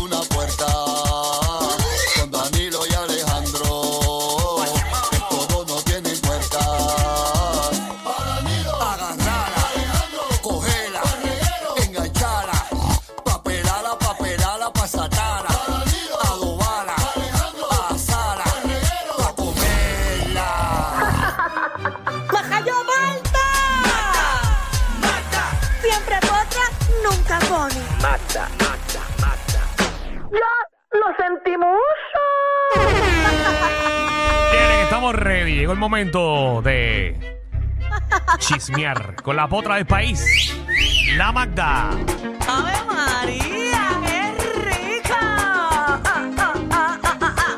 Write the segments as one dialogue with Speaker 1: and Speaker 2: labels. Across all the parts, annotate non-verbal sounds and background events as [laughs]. Speaker 1: una puerta con Danilo y Alejandro. Que todos no tienen puerta. Para Danilo, agarrala, cogela, enganchala, papelala, papelala, pasatala, adobala, asala, pa' comerla.
Speaker 2: ¡Majayo Malta! ¡Mata! ¡Mata! Siempre potra, nunca pone. ¡Mata! ¡Mata! ¡Mata! ¡Ya lo sentimos!
Speaker 3: Miren, estamos ready. Llegó el momento de chismear con la potra del país, la Magda.
Speaker 2: ¡Ave María! ¡Qué rica! Ah, ah, ah, ah, ah, ah.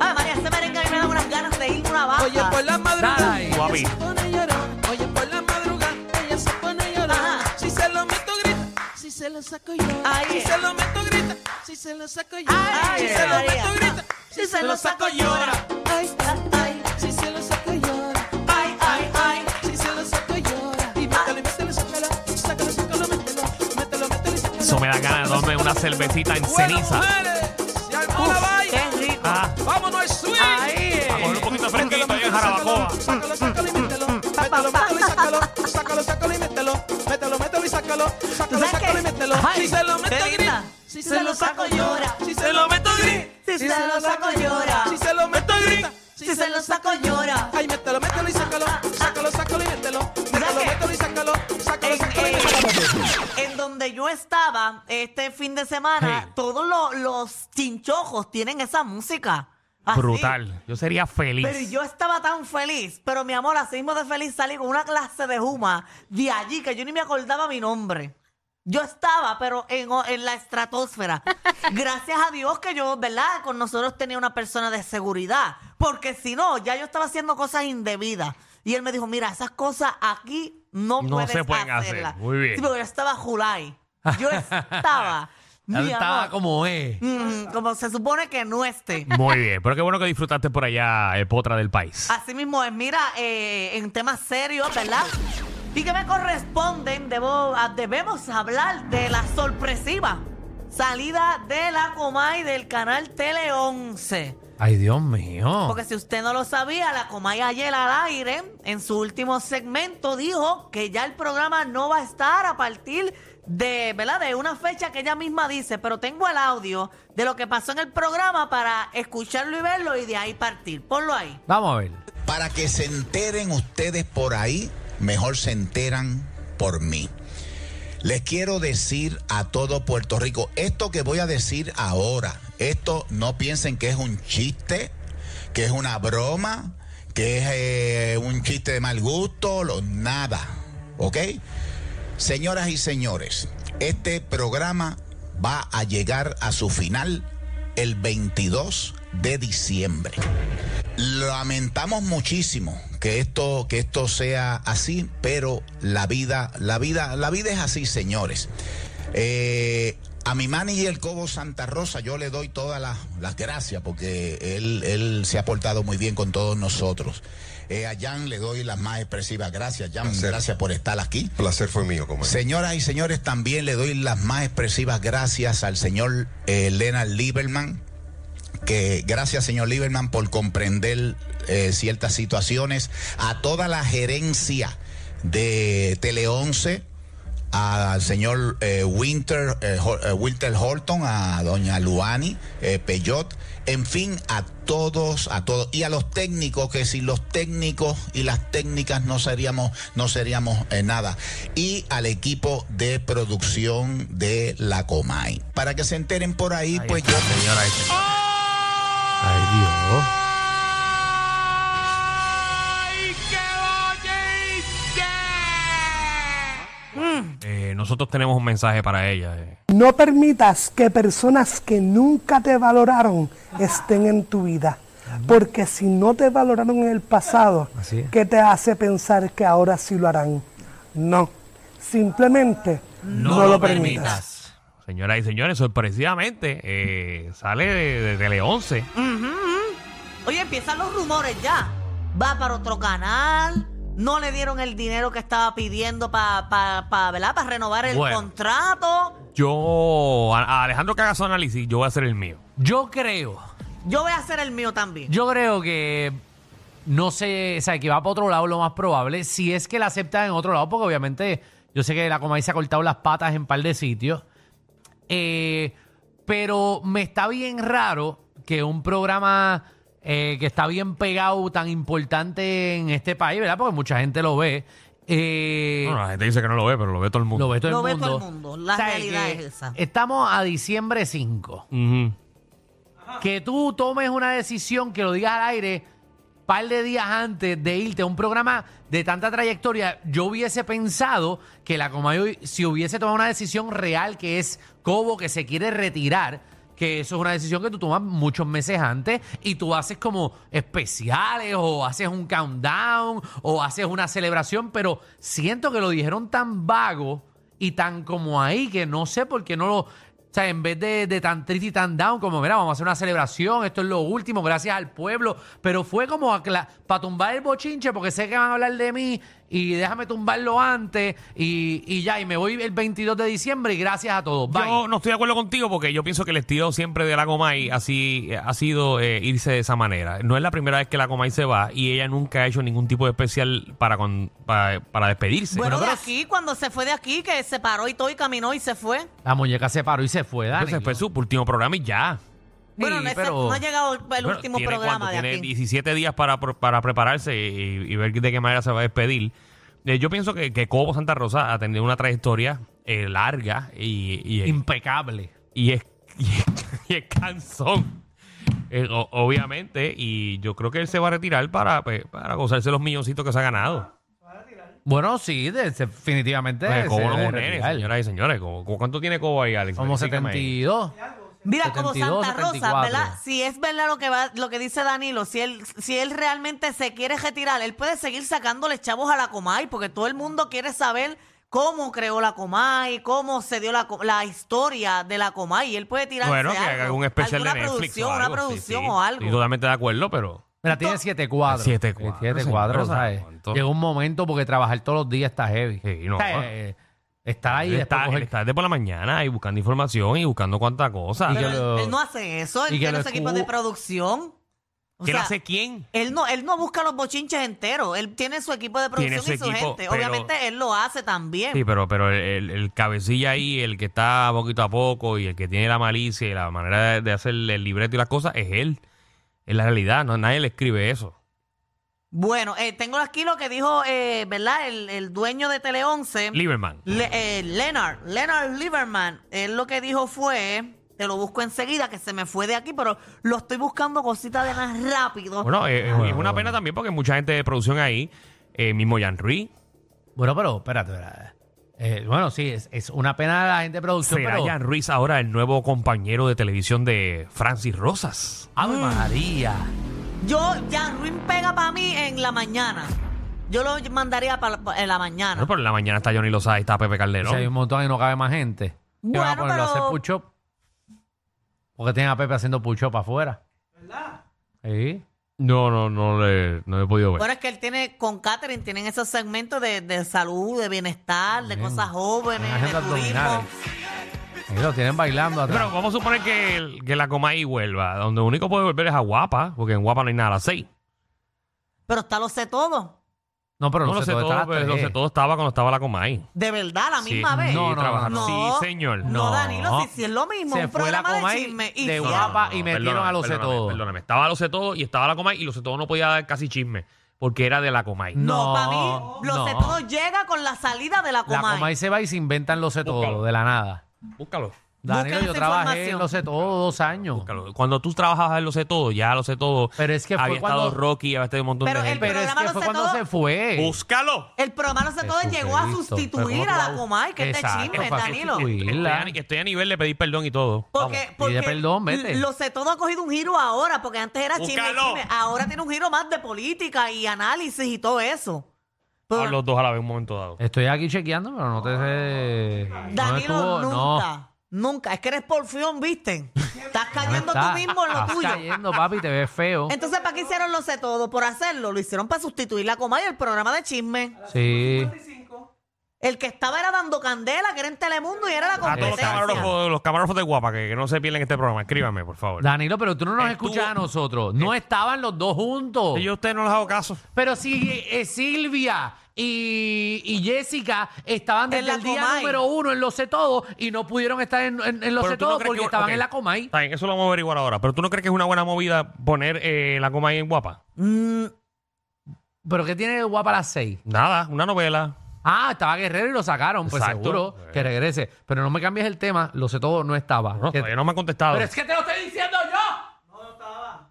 Speaker 2: ¡Ave María! Este merengue a mí me da unas ganas de irme una baja.
Speaker 4: Oye, por la madrugada,
Speaker 3: Dale,
Speaker 4: ella
Speaker 3: guapi.
Speaker 4: se pone a llorar. Oye, por la madrugada, ella se pone a llorar.
Speaker 2: Ajá.
Speaker 4: Si se lo meto, grita. Si se lo saco yo.
Speaker 2: Ay,
Speaker 4: si
Speaker 2: eh.
Speaker 4: se lo meto, grita. Si se lo saco yo.
Speaker 2: Ay,
Speaker 4: si
Speaker 2: eh,
Speaker 4: se lo
Speaker 2: María.
Speaker 4: meto, grita. Si se lo saco llora. Ay, ay, ay. Si se lo saco llora. Ay, ay, ay. Si se lo saco llora. Y mételo, y mételo, y sácalo. Sácalo, sácalo, mételo. Mételo, mételo, y sácalo.
Speaker 3: Eso me da ganas de darme una cervecita en ceniza.
Speaker 4: Uf,
Speaker 2: ¡Qué rico!
Speaker 3: Ah,
Speaker 4: Vámonos al swing. eh.
Speaker 3: a coger un poquito de fresquito ahí en Jarabacoa.
Speaker 4: Sácalo, sácalo y mételo. Mételo, mételo y sácalo. Sácalo, sácalo y mételo. Mételo, mételo y sácalo. Sácalo,
Speaker 2: sabes
Speaker 4: sácalo
Speaker 2: qué?
Speaker 4: y mételo.
Speaker 2: Ay,
Speaker 4: Si se lo meto
Speaker 2: Telita,
Speaker 4: gris.
Speaker 2: si se lo saco, llora.
Speaker 4: Si se lo meto gris.
Speaker 2: Si se lo saco, llora.
Speaker 4: Si se lo meto gris.
Speaker 2: Si se lo saco, llora. Ah,
Speaker 4: Ay, mételo, mételo y sácalo. Sácalo, sácalo y mételo. Mételo,
Speaker 2: qué? Eh,
Speaker 4: mételo y sácalo. Sácalo,
Speaker 2: En,
Speaker 4: sácalo y mételo.
Speaker 2: en- en donde yo estaba este fin de semana,
Speaker 3: Sí.
Speaker 2: todos lo- los chinchojos tienen esa música. Así.
Speaker 3: Brutal. Yo sería feliz.
Speaker 2: Ah, Pero yo estaba tan feliz. Pero mi amor, así mismo de feliz salí con una clase de Juma de allí que yo ni me acordaba mi nombre. Yo estaba, pero en, o- en la
Speaker 3: [laughs]
Speaker 2: estratosfera. Gracias a Dios que yo, ¿verdad? Con nosotros tenía una persona de seguridad. Porque si no, ya yo estaba haciendo cosas indebidas. Y él me dijo, mira, esas cosas aquí no,
Speaker 3: No
Speaker 2: puedes
Speaker 3: se pueden hacer.
Speaker 2: hacerlas".
Speaker 3: Muy bien.
Speaker 2: Sí, porque yo estaba Julay.
Speaker 3: [laughs]
Speaker 2: Yo estaba.
Speaker 5: Él
Speaker 2: mi
Speaker 5: estaba
Speaker 2: amor,
Speaker 5: como es.
Speaker 2: mm, como se supone que no esté.
Speaker 3: Muy bien. Pero qué bueno que disfrutaste por allá, eh, potra del país.
Speaker 5: Ah.
Speaker 2: Así mismo es, mira, eh, en temas serios, ¿verdad? Y que me corresponden, debo, ah, debemos hablar de la sorpresiva salida de la Comay del canal Tele 11.
Speaker 5: Ay, Dios
Speaker 3: Oh.
Speaker 5: mío.
Speaker 2: Porque si usted no lo sabía, la Comay ayer al aire, en su último segmento, dijo que ya el programa no va a estar a partir de, ¿verdad? De una fecha que ella misma dice, pero tengo el audio de lo que pasó en el programa para escucharlo y verlo y de ahí partir. Ponlo ahí.
Speaker 5: Vamos a ver.
Speaker 6: Para que se enteren ustedes por ahí, mejor se enteran por mí. Les quiero decir a todo Puerto Rico, esto que voy a decir ahora, esto no piensen que es un chiste, que es una broma, que es eh, un chiste de mal gusto, lo- nada, ¿ok? Señoras y señores, este programa va a llegar a su final el 22 de diciembre. Lamentamos muchísimo que esto, que esto sea así, pero la vida, la vida, la vida es así, señores. Eh, a mi manager el Cobo Santa Rosa yo le doy todas las, las gracias porque él, él se ha portado muy bien con todos nosotros. Eh, a Jan le doy las más expresivas gracias. Jan,
Speaker 7: Placer.
Speaker 6: gracias por estar aquí.
Speaker 7: placer fue mío, como
Speaker 6: Señoras y señores, también le doy las más expresivas gracias al señor eh, Leonard Lieberman. Que gracias, señor Lieberman, por comprender eh, ciertas situaciones. A toda la gerencia de Tele 11, al señor eh, Winter, eh, Hol- eh, Wilter Horton, a doña Luani eh, Peyot, en fin, a todos, a todos, y a los técnicos, que sin los técnicos y las técnicas no seríamos, no seríamos eh, nada, y al equipo de producción de la Comay. Para que se enteren por ahí,
Speaker 3: Ahí
Speaker 6: pues
Speaker 3: está,
Speaker 6: yo...
Speaker 3: señora, ahí está.
Speaker 5: Ay, Dios.
Speaker 7: Mm.
Speaker 3: Eh, nosotros tenemos un mensaje para ella. eh.
Speaker 7: No permitas que personas que nunca te valoraron estén en tu vida. Porque si no te valoraron en el pasado,
Speaker 5: Así es.
Speaker 7: ¿qué te hace pensar que ahora sí lo harán? No. Simplemente no, lo, permitas.
Speaker 3: Señoras y señores, sorpresivamente eh, sale de, de Tele 11.
Speaker 2: Oye, empiezan los rumores ya. Va para otro canal. No le dieron el dinero que estaba pidiendo para pa, pa, ¿verdad? Para renovar el
Speaker 3: Bueno.
Speaker 2: contrato.
Speaker 3: Yo, a, a Alejandro que haga su análisis, yo voy a hacer el mío.
Speaker 5: Yo creo,
Speaker 2: Yo voy a hacer el mío también.
Speaker 5: yo creo que no sé, o sea, que va para otro lado lo más probable, si es que la aceptan en otro lado, porque obviamente yo sé que la Comay se ha cortado las patas en par de sitios. Eh, pero me está bien raro que un programa eh, que está bien pegado, tan importante en este país, ¿verdad? Porque mucha gente lo ve. eh,
Speaker 3: Bueno, la gente dice que no lo ve, pero lo ve todo el mundo.
Speaker 5: Lo ve todo
Speaker 2: Lo ve
Speaker 5: el mundo.
Speaker 2: todo el mundo. La
Speaker 5: ¿Sabes
Speaker 2: realidad
Speaker 5: qué?
Speaker 2: es esa.
Speaker 4: este,
Speaker 5: Estamos a diciembre 5.
Speaker 3: Ujú.
Speaker 5: Que tú tomes una decisión, que lo digas al aire, par de días antes de irte a un programa de tanta trayectoria, yo hubiese pensado que la Comayo, si hubiese tomado una decisión real, que es Cobo, que se quiere retirar, que eso es una decisión que tú tomas muchos meses antes y tú haces como especiales o haces un countdown o haces una celebración, pero siento que lo dijeron tan vago y tan como ahí que no sé por qué no lo. O sea, en vez de, de tan triste y tan down, como, mira, vamos a hacer una celebración, esto es lo último, gracias al pueblo. Pero fue como para tumbar el bochinche, porque sé que van a hablar de mí y déjame tumbarlo antes y, y ya, y me voy el 22 de diciembre y gracias a todos. Bye.
Speaker 3: Yo no estoy de acuerdo contigo porque yo pienso que el estilo siempre de la Comay así eh, ha sido eh, irse de esa manera. No es la primera vez que la Comay se va y ella nunca ha hecho ningún tipo de especial para con- para, para despedirse.
Speaker 2: bueno, de aquí, cuando se fue de aquí, que se paró y todo y caminó y se fue.
Speaker 5: La muñeca se paró y se fue, Dani.
Speaker 3: entonces fue su último programa y ya.
Speaker 2: Bueno, no, es- no ha llegado el
Speaker 3: Bueno,
Speaker 2: último
Speaker 3: tiene
Speaker 2: programa
Speaker 3: cuánto,
Speaker 2: de
Speaker 3: tiene
Speaker 2: aquí.
Speaker 3: 17 días para, pro- para prepararse y, y ver de qué manera se va a despedir. Eh, yo pienso que, que Cobo Santa Rosa ha tenido una trayectoria eh, larga y, y-
Speaker 5: impecable.
Speaker 3: y es, [laughs] y es- y es cansón. Eh, o- obviamente, y yo creo que él se va a retirar para, pues, para gozarse los milloncitos que se ha ganado.
Speaker 5: Bueno, sí, de- definitivamente.
Speaker 3: Porque Cobo
Speaker 5: se
Speaker 3: Pues, no es
Speaker 5: debe
Speaker 3: un nene,
Speaker 5: retirar.
Speaker 3: señoras y señores. Cobo- Cobo- ¿Cuánto tiene Cobo ahí, Alex?
Speaker 5: Como
Speaker 3: Explícame ahí.
Speaker 5: 72.
Speaker 2: Mira, como
Speaker 5: 72,
Speaker 2: Santa Rosa,
Speaker 5: 74.
Speaker 2: ¿verdad? Si es verdad lo que va, lo que dice Danilo, si él, si él realmente se quiere retirar, él puede seguir sacándole chavos a la Comay, porque todo el mundo quiere saber cómo creó la Comay, cómo se dio la, co- la historia de la Comay. Y él puede tirar
Speaker 3: Bueno, que haga un especial de Netflix. o
Speaker 2: producción,
Speaker 3: algo,
Speaker 2: una
Speaker 3: sí,
Speaker 2: producción
Speaker 3: sí.
Speaker 2: o algo.
Speaker 3: Estoy totalmente de acuerdo, pero.
Speaker 5: Mira, tiene 74.
Speaker 3: 7'4",,
Speaker 5: 74,
Speaker 3: Ah, señor,
Speaker 5: ¿sabes?
Speaker 3: ¿cuánto?
Speaker 5: Llegó un momento porque trabajar todos los días está heavy.
Speaker 3: Sí, no.
Speaker 5: O sea, eh, estar ahí
Speaker 3: Él
Speaker 5: después
Speaker 3: está,
Speaker 5: coger-
Speaker 3: él está desde por la mañana y buscando información y buscando cuánta cosa.
Speaker 5: Y
Speaker 2: Pero
Speaker 5: que
Speaker 2: él,
Speaker 5: lo-
Speaker 2: él no hace eso, él
Speaker 5: y que
Speaker 2: tiene
Speaker 5: lo
Speaker 2: ese equipo
Speaker 5: escu-
Speaker 2: de producción. O
Speaker 3: ¿Qué le
Speaker 2: sea,
Speaker 3: hace quién?
Speaker 2: Él no, él no busca los bochinches enteros. Él tiene su equipo de
Speaker 3: Tiene
Speaker 2: producción y
Speaker 3: su
Speaker 2: su
Speaker 3: equipo,
Speaker 2: gente.
Speaker 3: pero-
Speaker 2: Obviamente él lo hace también.
Speaker 3: Sí, pero, pero el, el cabecilla ahí, el que está poquito a poco y el que tiene la malicia y la manera de, de hacer el libreto y las cosas, es él. Es la realidad, no, nadie le escribe eso.
Speaker 2: Bueno, eh, tengo aquí lo que dijo, eh, ¿verdad? El, el dueño de Tele 11,
Speaker 3: Lieberman.
Speaker 2: Le- eh, Leonard, Leonard Lieberman. Él lo que dijo fue, te lo busco enseguida, que se me fue de aquí, pero lo estoy buscando cosita de más rápido.
Speaker 3: Bueno, eh, eh, es una pena también porque mucha gente de producción ahí, eh, mismo Jan Ruiz,
Speaker 5: Bueno, pero espérate. espérate. Eh, bueno, sí, es, es una pena la gente de producción,
Speaker 3: será
Speaker 5: pero...
Speaker 3: Jan Ruiz ahora el nuevo compañero de televisión de Francis Rosas.
Speaker 5: ¡Ave María!
Speaker 2: Yo, Jan Ruin pega para mí en la mañana. Yo lo mandaría para en la mañana.
Speaker 3: No,
Speaker 5: pues.
Speaker 3: pero en la mañana está Johnny Lozada y está Pepe
Speaker 5: Si hay
Speaker 3: Calderón.
Speaker 5: un montón y no cabe más gente. ¿Qué van a
Speaker 2: Bueno,
Speaker 5: ponerlo a hacer
Speaker 2: pero-
Speaker 5: push-up? Porque tienen a Pepe haciendo push-up afuera. ¿Verdad? Sí.
Speaker 3: No, no, no le, no he podido ver.
Speaker 2: Bueno, es que él tiene, con Catherine tienen esos segmentos de, de salud, de bienestar, de
Speaker 5: Bien.
Speaker 2: cosas jóvenes, de
Speaker 5: Haciendo abdominales.
Speaker 2: turismo.
Speaker 5: Sí, lo tienen bailando atrás.
Speaker 3: Pero vamos a suponer que, el- que la Comay vuelva. Donde único puede volver es a Guapa, porque en Guapa no hay nada a las seis.
Speaker 2: Pero está lo sé todo.
Speaker 5: no, pero
Speaker 3: No,
Speaker 5: no,
Speaker 3: lo sé todo,
Speaker 5: está a las
Speaker 3: pero lo
Speaker 5: tres.
Speaker 3: sé todo estaba cuando estaba la Comay.
Speaker 2: De verdad, a la
Speaker 3: Sí.
Speaker 2: misma vez.
Speaker 5: eh. No, no,
Speaker 3: trabajaron.
Speaker 5: no.
Speaker 3: Sí, señor.
Speaker 2: No,
Speaker 5: No.
Speaker 2: Danilo, si, si es lo mismo,
Speaker 5: Se
Speaker 2: un
Speaker 5: fue la
Speaker 2: programa de
Speaker 5: Comay
Speaker 2: chisme.
Speaker 5: de
Speaker 2: fiel.
Speaker 5: guapa. y metieron a Lo Sé
Speaker 3: perdóname,
Speaker 5: Todo.
Speaker 3: Perdóname, estaba lo sé todo y estaba la Comay y lo sé todo no podía dar casi chisme porque era de la Comay.
Speaker 2: No,
Speaker 5: No,
Speaker 2: para mí, lo
Speaker 5: no.
Speaker 2: sé todo llega con la salida de la
Speaker 5: La
Speaker 2: Comay.
Speaker 5: Comay se va y se inventan lo sé todo,
Speaker 3: Búscalo.
Speaker 5: de la nada.
Speaker 3: Búscalo.
Speaker 5: Danilo,
Speaker 2: Busquen
Speaker 5: yo
Speaker 2: esa
Speaker 5: trabajé en
Speaker 2: información.
Speaker 5: Lo Sé Todo dos años.
Speaker 3: Claro, Cuando tú trabajabas en Lo Sé Todo, ya Lo Sé Todo.
Speaker 5: Pero es que fue
Speaker 3: había estado
Speaker 5: cuando-
Speaker 3: Rocky, había estado un montón
Speaker 2: Pero
Speaker 3: de
Speaker 2: el
Speaker 3: gente.
Speaker 5: Pero es
Speaker 2: programa
Speaker 5: que
Speaker 2: Lo
Speaker 5: fue
Speaker 2: Sé
Speaker 5: cuando
Speaker 2: Todo-
Speaker 5: se fue.
Speaker 3: ¡Búscalo!
Speaker 2: El programa No sé todo llegó a
Speaker 5: Jesucristo,
Speaker 2: sustituir
Speaker 5: pero
Speaker 2: a la
Speaker 5: ¿cómo?
Speaker 2: Comay, que te
Speaker 3: Exacto,
Speaker 2: chisme,
Speaker 3: fue a
Speaker 2: Danilo.
Speaker 5: sustituir.
Speaker 3: Estoy a, ni- estoy a nivel de pedir perdón y todo.
Speaker 2: Porque,
Speaker 5: Vamos,
Speaker 2: porque
Speaker 5: pide perdón, vete.
Speaker 2: Lo sé todo ha cogido un giro ahora, porque antes era chisme,
Speaker 3: Búscalo.
Speaker 2: chisme. Ahora tiene un giro más de política y análisis y todo eso. Pero-
Speaker 3: Vamos los dos a la vez un momento dado.
Speaker 5: Estoy aquí chequeando, pero no te sé. no
Speaker 2: Danilo,
Speaker 5: estuvo- no.
Speaker 2: nunca, nunca. Es que eres porfión,
Speaker 5: [laughs]
Speaker 2: ¿viste? Estás
Speaker 5: No
Speaker 2: cayendo
Speaker 5: está-
Speaker 2: tú mismo en lo
Speaker 5: estás
Speaker 2: tuyo.
Speaker 5: cayendo, papi, te ves feo.
Speaker 2: Entonces, ¿para qué hicieron Lo sé todo? Por hacerlo, lo hicieron para sustituir la Comay el programa de chisme.
Speaker 5: Sí.
Speaker 2: El que estaba era dando candela, que era en Telemundo y era la
Speaker 3: A todos los
Speaker 2: competencia.
Speaker 3: camarógrafos, los camarógrafos de guapa que, que no se pierden este programa, escríbame, por favor.
Speaker 5: Danilo, pero tú no nos
Speaker 3: Estuvo- Eh.
Speaker 5: escuchas a nosotros. No estaban los dos juntos.
Speaker 3: Yo a ustedes no les hago caso.
Speaker 5: Pero si eh, eh, Silvia y, y Jessica estaban
Speaker 2: En
Speaker 5: desde
Speaker 2: la
Speaker 5: el día
Speaker 2: Comay.
Speaker 5: número uno en Lo Sé Todo y no pudieron estar en, en, en Lo
Speaker 3: Pero
Speaker 5: Sé
Speaker 3: tú no
Speaker 5: Todo
Speaker 3: crees
Speaker 5: porque
Speaker 3: que-
Speaker 5: estaban
Speaker 3: ok.
Speaker 5: en la Comay.
Speaker 3: Está bien, eso lo vamos a averiguar ahora. Pero tú no crees que es una buena movida poner eh, la coma ahí en guapa.
Speaker 2: Mm,
Speaker 5: ¿Pero qué tiene de guapa las seis?
Speaker 3: Nada, una novela.
Speaker 5: Ah, estaba Guerrero y lo sacaron. Pues
Speaker 3: Exacto.
Speaker 5: seguro que regrese. Pero no me cambies el tema. Lo sé todo, no estaba.
Speaker 3: No,
Speaker 5: Que-
Speaker 3: todavía no me han contestado.
Speaker 5: Pero es que te lo estoy diciendo yo. No, estaba.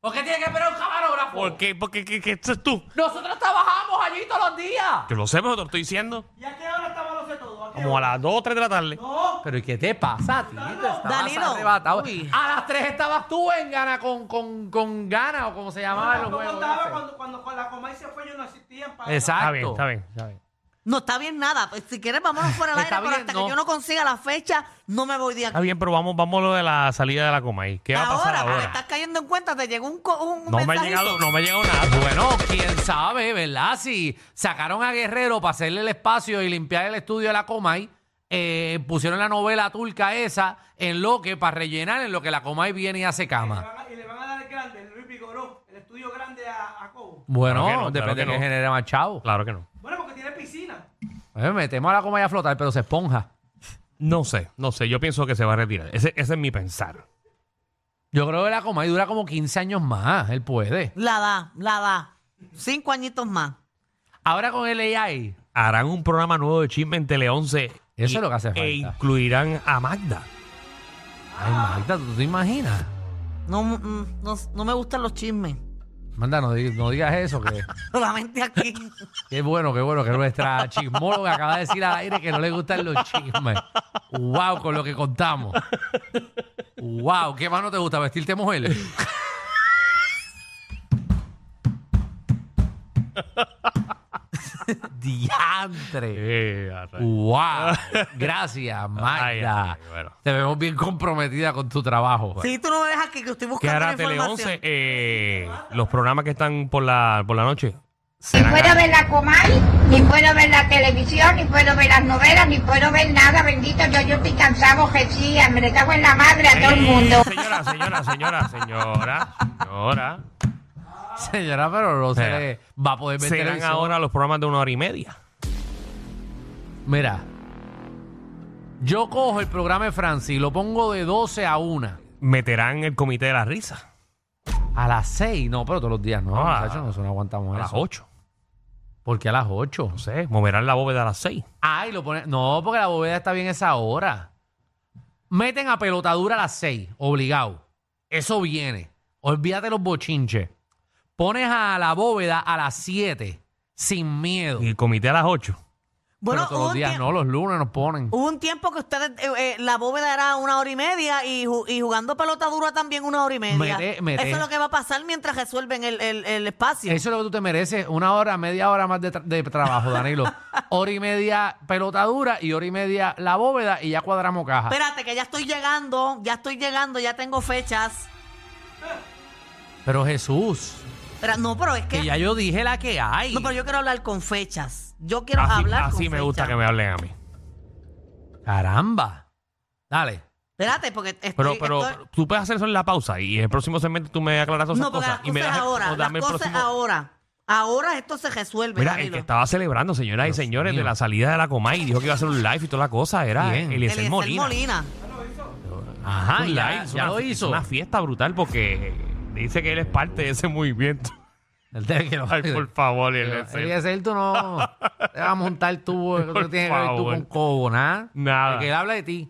Speaker 5: ¿Por qué tiene que esperar un camarógrafo?
Speaker 3: ¿Por qué? Porque que, que esto es tú.
Speaker 5: Nosotros trabajamos allí todos los días.
Speaker 3: Yo lo sé, pero te lo estoy diciendo. ¿Y a qué hora estaba lo sé todo? Como a las 2 o 3 de la tarde.
Speaker 5: Pero ¿y qué te pasa, tío? Estabas
Speaker 2: Danilo.
Speaker 5: arrebatado.
Speaker 2: Uy.
Speaker 5: A las 3 estabas tú en Gana con, con, con Gana o como se llamaba el juego. ese.
Speaker 4: cuando con la Comay se fue yo no existía para
Speaker 5: Exacto.
Speaker 3: Está bien, está bien, está bien.
Speaker 2: no está bien nada. Pues, Si quieres, vámonos fuera del aire,
Speaker 5: Está
Speaker 2: pero
Speaker 5: bien,
Speaker 2: hasta
Speaker 5: no.
Speaker 2: que yo no consiga la fecha, no me voy de aquí.
Speaker 3: Está bien, pero vamos, vamos a lo de la salida de la coma ahí. ¿Qué va a pasar
Speaker 2: Ahora, porque
Speaker 3: ahora?
Speaker 2: estás cayendo en cuenta, te llegó un, co- un
Speaker 3: No me, ha
Speaker 2: mensajito.
Speaker 3: llegado, no me ha llegado nada.
Speaker 5: Bueno, quién sabe, ¿verdad? Si sacaron a Guerrero para hacerle el espacio y limpiar el estudio de la Comay, eh, pusieron la novela turca esa en lo que para rellenar en lo que la Comay viene y hace cama.
Speaker 4: Y le van a dar el grande, el Luis Vigoró, el estudio grande a, a Cobo.
Speaker 5: Bueno,
Speaker 3: Claro que no, claro
Speaker 5: depende
Speaker 3: que
Speaker 5: de que
Speaker 3: no.
Speaker 5: genere más chavo.
Speaker 3: Claro que no.
Speaker 4: Bueno, porque tiene piscina.
Speaker 5: Eh, metemos a la Comay a flotar, pero se esponja.
Speaker 3: No sé, no sé. Yo pienso que se va a retirar. Ese, ese es mi pensar.
Speaker 5: Yo creo que la Comay dura como 15 años más, él puede.
Speaker 2: La da, la da. Cinco añitos más.
Speaker 5: Ahora con el AI,
Speaker 3: Harán un programa nuevo de chisme en Tele 11.
Speaker 5: Eso es lo que hace
Speaker 3: E
Speaker 5: falta.
Speaker 3: incluirán a Magda.
Speaker 5: ay Magda, ¿tú te imaginas?
Speaker 2: No, mm, no, no me gustan los chismes. [laughs]
Speaker 5: Manda, no, di- no digas eso, que
Speaker 2: Solamente aquí.
Speaker 5: qué bueno, qué bueno que nuestra chismóloga acaba de decir al aire que no le gustan los chismes. Wow, con lo que contamos. Wow, ¿qué más no te gusta? ¿Vestirte mujer? Diantre.
Speaker 3: Eh, a rayos.
Speaker 5: Wow, gracias,
Speaker 3: Ay, ay,
Speaker 5: Magda.
Speaker 3: ay, bueno.
Speaker 5: Te vemos bien comprometida con tu trabajo.
Speaker 2: Si tú no me dejas aquí, que estoy
Speaker 3: ¿Qué
Speaker 2: buscando la
Speaker 3: hará Tele
Speaker 2: información.
Speaker 3: 11? Eh, los programas que están por la, por la noche.
Speaker 8: Ni
Speaker 3: serán
Speaker 8: puedo ver la Comay, ni puedo ver la televisión, ni puedo ver las novelas, ni puedo ver nada, bendito yo, yo estoy cansado, Jesús, me le cago en la madre a todo el mundo.
Speaker 3: Eh, Señora, señora, señora, señora, señora.
Speaker 5: [laughs] Señora, pero no se
Speaker 3: Mira.
Speaker 5: le va a poder ver
Speaker 3: Serán
Speaker 5: televisión.
Speaker 3: ahora los programas de una hora y media.
Speaker 5: Mira, yo cojo el programa de Francis y lo pongo de 12 a 1.
Speaker 3: Meterán el comité de la risa
Speaker 5: A las 6, no, pero todos los días no,
Speaker 3: No, a-
Speaker 5: muchachos, nosotros no aguantamos
Speaker 3: a las
Speaker 5: eso.
Speaker 3: 8.
Speaker 5: ¿Por qué a las 8?
Speaker 3: No sé, moverán la bóveda a las 6.
Speaker 5: Ay, lo ponen. No, porque la bóveda está bien esa hora. Meten a pelotadura a las 6, obligado. Eso viene. Olvídate los bochinches. Pones a la bóveda a las 7, sin miedo.
Speaker 3: Y el comité a las 8.
Speaker 2: Bueno,
Speaker 5: pero todos
Speaker 2: hubo
Speaker 5: los
Speaker 2: un,
Speaker 5: días
Speaker 2: tiemp-
Speaker 5: no, los lunes nos ponen.
Speaker 2: hubo un tiempo que ustedes, eh, eh, la bóveda era una hora y media y, ju- y jugando pelota dura también una hora y media.
Speaker 5: Mete- mete.
Speaker 2: Eso es lo que va a pasar mientras resuelven el, el- el espacio.
Speaker 5: Eso es lo que tú te mereces, una hora, media hora más de, tra- de
Speaker 2: [laughs]
Speaker 5: trabajo, Danilo. hora y media pelotadura y hora y media la bóveda y ya cuadramos caja. Pero,
Speaker 2: Espérate, que ya estoy llegando, ya estoy llegando, ya tengo fechas.
Speaker 5: Jesús,
Speaker 2: Pero, no, pero es
Speaker 5: que
Speaker 2: que...
Speaker 5: ya yo dije la que hay.
Speaker 2: No, pero yo quiero hablar con fechas. Yo quiero
Speaker 3: Así,
Speaker 2: hablar con
Speaker 3: así me gusta
Speaker 2: fechas.
Speaker 3: que me hablen a mí.
Speaker 5: Caramba. Dale.
Speaker 2: Espérate, porque estoy,
Speaker 3: Pero, pero
Speaker 2: estoy-
Speaker 3: tú puedes hacer eso en la pausa y en el próximo segmento tú me aclaras todas esas
Speaker 2: No, porque
Speaker 3: cosas.
Speaker 2: las
Speaker 3: y me
Speaker 2: cosas
Speaker 3: das el-
Speaker 2: ahora,
Speaker 3: o dame
Speaker 2: las
Speaker 3: el
Speaker 2: cosas
Speaker 3: próximo-
Speaker 2: ahora. Ahora esto se resuelve,
Speaker 3: Mira, el
Speaker 2: Danilo.
Speaker 3: que estaba celebrando, señoras y señores,
Speaker 5: mío.
Speaker 3: de la salida de la Comay y dijo que iba a hacer un live y toda la cosa, era
Speaker 5: Bien.
Speaker 3: Eliezer
Speaker 2: Eliezer
Speaker 3: Molina.
Speaker 2: Molina.
Speaker 5: Ajá,
Speaker 3: Un
Speaker 5: ya,
Speaker 3: live,
Speaker 5: ya
Speaker 3: una-
Speaker 5: lo hizo.
Speaker 3: Una fiesta brutal porque dice que él es parte de ese movimiento.
Speaker 5: Él tiene que lo-
Speaker 3: Ay,
Speaker 5: [laughs]
Speaker 3: por favor,
Speaker 5: Pero,
Speaker 3: Eliezer.
Speaker 5: Eliezer, tú no
Speaker 3: [laughs]
Speaker 5: te vas a montar tú,
Speaker 3: Por
Speaker 5: tú tienes que ver tú
Speaker 3: favor.
Speaker 5: con Cobo, nada.
Speaker 3: Nada.
Speaker 5: Porque él habla de ti.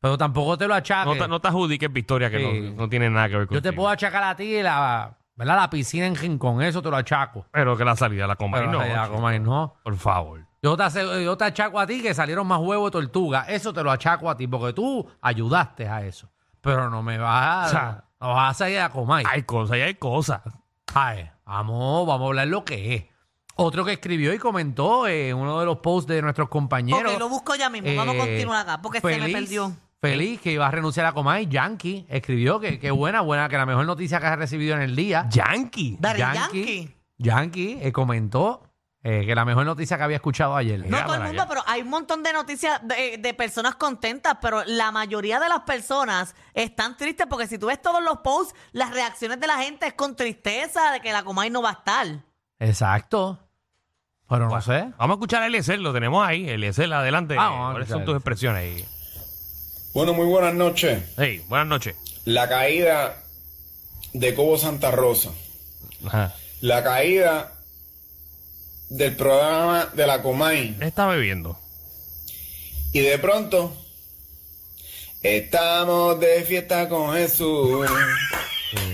Speaker 5: Pero Pero tampoco te lo
Speaker 3: No,
Speaker 5: achaques.
Speaker 3: te- no te adjudiques victoria que
Speaker 5: Ah, Sí.
Speaker 3: no, no tiene nada que ver con
Speaker 5: Yo te puedo achacar a ti la, ¿verdad? la piscina en Rincón, eso te lo achaco.
Speaker 3: Pero que la salida la coma.
Speaker 5: Pero
Speaker 3: no,
Speaker 5: la- la
Speaker 3: chico,
Speaker 5: Comay no.
Speaker 3: Por favor.
Speaker 5: Yo te, ace- yo te achaco a ti que salieron más huevos de tortuga. Eso te lo achaco a ti porque tú ayudaste a eso. Pero no me vas a...
Speaker 3: O sea,
Speaker 5: no vas a salir a Comay.
Speaker 3: Hay cosas y hay cosas.
Speaker 5: Ay, vamos, vamos a hablar lo que es. Otro que escribió y comentó en uno de los posts de nuestros compañeros.
Speaker 2: Ok, lo busco ya mismo. Vamos a
Speaker 5: eh,
Speaker 2: continuar acá, porque se me
Speaker 5: feliz,
Speaker 2: perdió.
Speaker 5: Feliz que iba a renunciar a Comay. Yankee escribió que, que buena, buena, que la mejor noticia que ha recibido en el día.
Speaker 3: Yankee.
Speaker 2: Dari Yankee.
Speaker 5: Yankee. Yankee eh, comentó eh, que la mejor noticia que había escuchado ayer.
Speaker 2: No
Speaker 3: Mira
Speaker 2: todo el
Speaker 3: para
Speaker 2: mundo,
Speaker 3: allá.
Speaker 2: pero hay un montón de noticias de, de personas contentas, pero la mayoría de las personas están tristes porque si tú ves todos los posts, las reacciones de la gente es con tristeza de que la Comay no va a estar.
Speaker 5: Exacto. Pero no sé.
Speaker 3: Vamos a escuchar a Eliezer, lo tenemos ahí. Eliezer, adelante.
Speaker 5: Ah, vamos a
Speaker 3: ¿Cuáles
Speaker 5: escuchar
Speaker 3: son
Speaker 5: a Eliezer.
Speaker 3: tus expresiones ahí?
Speaker 9: Bueno, muy buenas noches.
Speaker 3: Hey, buenas noches.
Speaker 9: La caída de Cobo Santa Rosa.
Speaker 3: Ajá.
Speaker 9: La caída del programa de la Comay.
Speaker 3: Está bebiendo.
Speaker 9: Y de pronto, estamos de fiesta con Jesús.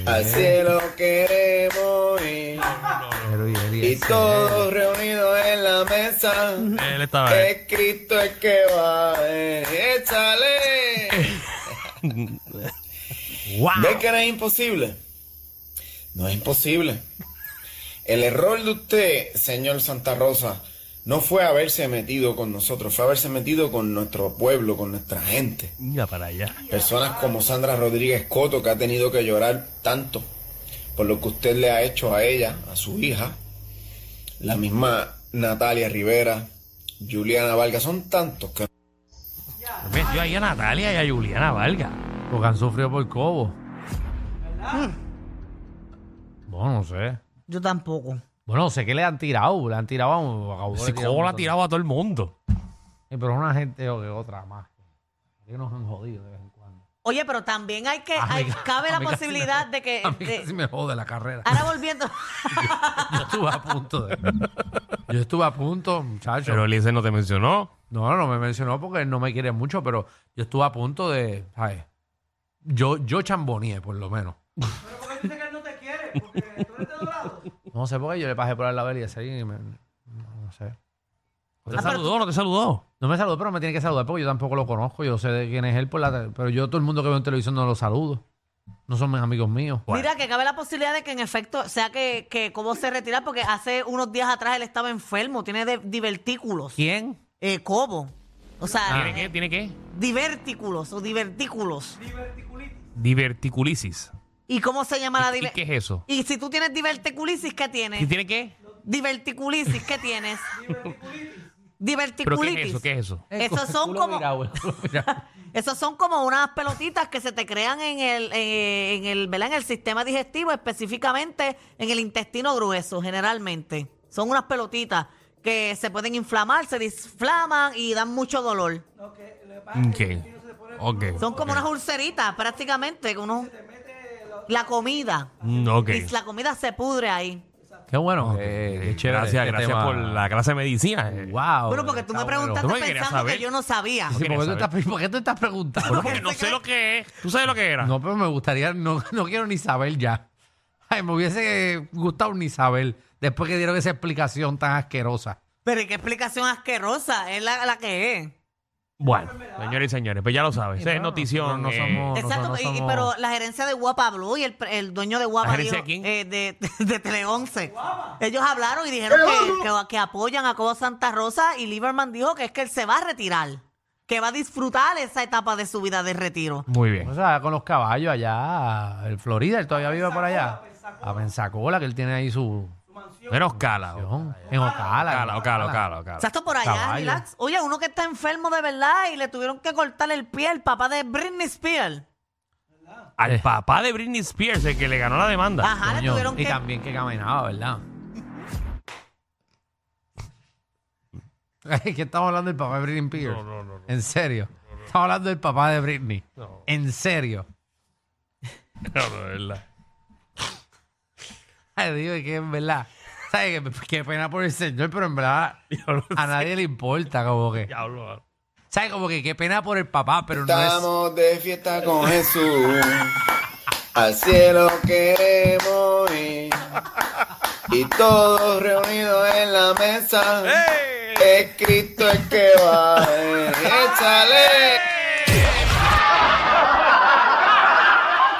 Speaker 9: Al cielo queremos ir.
Speaker 5: Pero, y- y-
Speaker 9: Y todos reunidos en la mesa.
Speaker 3: Él estaba.
Speaker 5: Eh,
Speaker 9: Es Cristo el que va. eh, ¡Échale!
Speaker 3: ¡Wow!
Speaker 9: ¿Ves que no es imposible? No es imposible. El error de usted, señor Santa Rosa, no fue haberse metido con nosotros, fue haberse metido con nuestro pueblo, con nuestra gente.
Speaker 3: Mira para allá.
Speaker 9: Personas como Sandra Rodríguez Coto, que ha tenido que llorar tanto por lo que usted le ha hecho a ella, a su hija. La misma Natalia Rivera, Juliana Vargas, son tantos que
Speaker 3: Metió ahí a Natalia y a Juliana Valga.
Speaker 5: Porque han sufrido por Cobo. Bueno, no sé.
Speaker 2: Yo tampoco.
Speaker 5: Bueno, sé que le han tirado. Le han tirado a un. a Cobo le
Speaker 3: Si
Speaker 5: tiraron
Speaker 3: Cobo
Speaker 5: un
Speaker 3: la
Speaker 5: montón.
Speaker 3: tiraba a todo el mundo.
Speaker 5: Eh, pero una gente o que otra más. Aquí nos han jodido de vez en cuando.
Speaker 2: Oye, pero también hay que,
Speaker 5: A mí
Speaker 2: hay-
Speaker 5: ca-
Speaker 2: cabe
Speaker 5: a
Speaker 2: la
Speaker 5: mí casi
Speaker 2: posibilidad
Speaker 5: me-
Speaker 2: de que...
Speaker 5: A mí
Speaker 2: de-
Speaker 5: casi me jode la carrera.
Speaker 2: ahora
Speaker 3: [laughs]
Speaker 2: volviendo...
Speaker 5: Yo estuve a punto de. Yo estuve a punto, muchacho.
Speaker 3: Pero Eliezer no te mencionó.
Speaker 5: No, no, no me mencionó porque él no me quiere mucho, pero yo estuve a punto de. ¿sabes? Yo, yo chamboneé, por lo menos. ¿Pero por qué dice que él no te quiere? ¿Porque tú eres dorado? No sé por qué yo le pasé por al lado de él y así, y me, no sé.
Speaker 3: No te
Speaker 2: Ah, pero
Speaker 3: saludó, no te saludó.
Speaker 5: No me saludó, pero me tiene que saludar porque yo tampoco lo conozco. Yo sé de quién es él por la tele- Pero yo todo el mundo que veo en televisión no lo saludo. No son mis amigos míos.
Speaker 2: Mira, que cabe la posibilidad de que en efecto sea que, que cómo se retira, porque hace unos días atrás él estaba enfermo, tiene de- divertículos.
Speaker 5: ¿Quién? Ah.
Speaker 2: Eh, ¿Cómo? O sea,
Speaker 3: Ah. ¿Tiene qué?
Speaker 2: eh,
Speaker 3: ¿Tiene qué?
Speaker 2: divertículos o divertículos.
Speaker 3: Diverticulisis.
Speaker 2: ¿Y cómo se llama la
Speaker 3: ¿Y, y qué
Speaker 2: diverticulisis?
Speaker 3: es eso?
Speaker 2: Y si tú tienes diverticulisis, ¿qué
Speaker 3: ¿Y
Speaker 2: tienes?
Speaker 3: tiene qué?
Speaker 2: Diverticulisis, ¿qué
Speaker 5: [laughs]
Speaker 2: tienes?
Speaker 3: ¿Pero qué
Speaker 2: Diverticulitis.
Speaker 3: es eso? ¿Qué es eso?
Speaker 2: Esos
Speaker 5: El
Speaker 2: son
Speaker 5: culo
Speaker 2: como...
Speaker 5: virado, el culo virado.
Speaker 2: Esos son como unas pelotitas que se te crean en el, eh, en el, ¿verdad? En el sistema digestivo, específicamente en el intestino grueso, generalmente. Son unas pelotitas que se pueden inflamar, se disflaman y dan mucho dolor.
Speaker 3: Ok. Ok.
Speaker 2: Son como unas ulceritas, prácticamente, que uno... La comida.
Speaker 3: Mm, ok.
Speaker 2: Y la comida se pudre ahí.
Speaker 5: [laughs] Qué bueno.
Speaker 3: Ok.
Speaker 5: eh, qué
Speaker 3: Eh,
Speaker 5: chévere
Speaker 3: gracias,
Speaker 5: este
Speaker 3: gracias
Speaker 5: tema.
Speaker 3: por la clase de medicina. Eh,
Speaker 5: Wow.
Speaker 2: bueno, porque tú me
Speaker 5: está Ah, bueno.
Speaker 2: preguntaste
Speaker 3: Tú me querías
Speaker 2: pensando
Speaker 3: saber.
Speaker 2: que yo no sabía.
Speaker 3: Sí,
Speaker 5: Sí, ¿por, qué tú
Speaker 3: ¿Quieres
Speaker 5: estás, por qué tú estás preguntando?
Speaker 3: Bueno, porque no sé lo que es. ¿Tú sabes lo que era?
Speaker 5: No, pero me gustaría, no, [laughs] no quiero ni saber ya. Ay, me hubiese gustado ni saber después que dieron esa explicación tan asquerosa.
Speaker 2: Pero ¿y qué explicación asquerosa es la, la que es?
Speaker 3: Bueno, señores y señores, pues ya lo sabes. Esa es
Speaker 5: no,
Speaker 3: notición.
Speaker 5: no, no
Speaker 3: eh,
Speaker 5: somos-
Speaker 2: Exacto,
Speaker 5: nosotros
Speaker 2: y- y-
Speaker 5: somos-
Speaker 2: pero la gerencia de Guapa habló y el, pre- el dueño de Guapa
Speaker 3: ¿La gerencia
Speaker 2: dijo,
Speaker 3: de quién?
Speaker 2: eh, de, de [laughs] Tele 11. Ellos hablaron y dijeron que, que- que apoyan a Cobo Santa Rosa y Lieberman dijo que es que él se va a retirar, que va a disfrutar esa etapa de su vida de retiro.
Speaker 3: Muy bien.
Speaker 5: O sea, con los caballos allá en Florida, él todavía vive por allá. A Pensacola, que él tiene ahí su...
Speaker 3: Menos cala.
Speaker 5: En Ocala.
Speaker 3: Cala, cala, cala, cala.
Speaker 2: Exacto, por allá,
Speaker 5: Caballo.
Speaker 2: relax. Oye, uno que está enfermo de verdad y le tuvieron que cortar el pie el papá de Britney Spears.
Speaker 5: eh.
Speaker 3: Al papá de Britney Spears, el que le ganó la demanda. [laughs]
Speaker 2: Ajá, le
Speaker 5: Coño,
Speaker 2: tuvieron
Speaker 5: y
Speaker 2: que...
Speaker 5: también que caminaba, [laughs] ¿verdad? Es que estamos hablando del papá de Britney Spears. En serio. Estamos hablando del papá de Britney. En serio.
Speaker 3: No, no, es verdad.
Speaker 5: Ay, digo, es que en verdad. ¿Sabes? [laughs] Qué, qué pena por el señor, pero en verdad
Speaker 3: Diablo,
Speaker 5: a nadie le importa, como que.
Speaker 3: diablo.
Speaker 10: ¿Sabes? Como que qué pena por el papá, pero no
Speaker 5: Estamos de fiesta con Jesús. Al cielo queremos ir. Y todos reunidos en la mesa. Es Cristo el que va. eh. ¡Échale!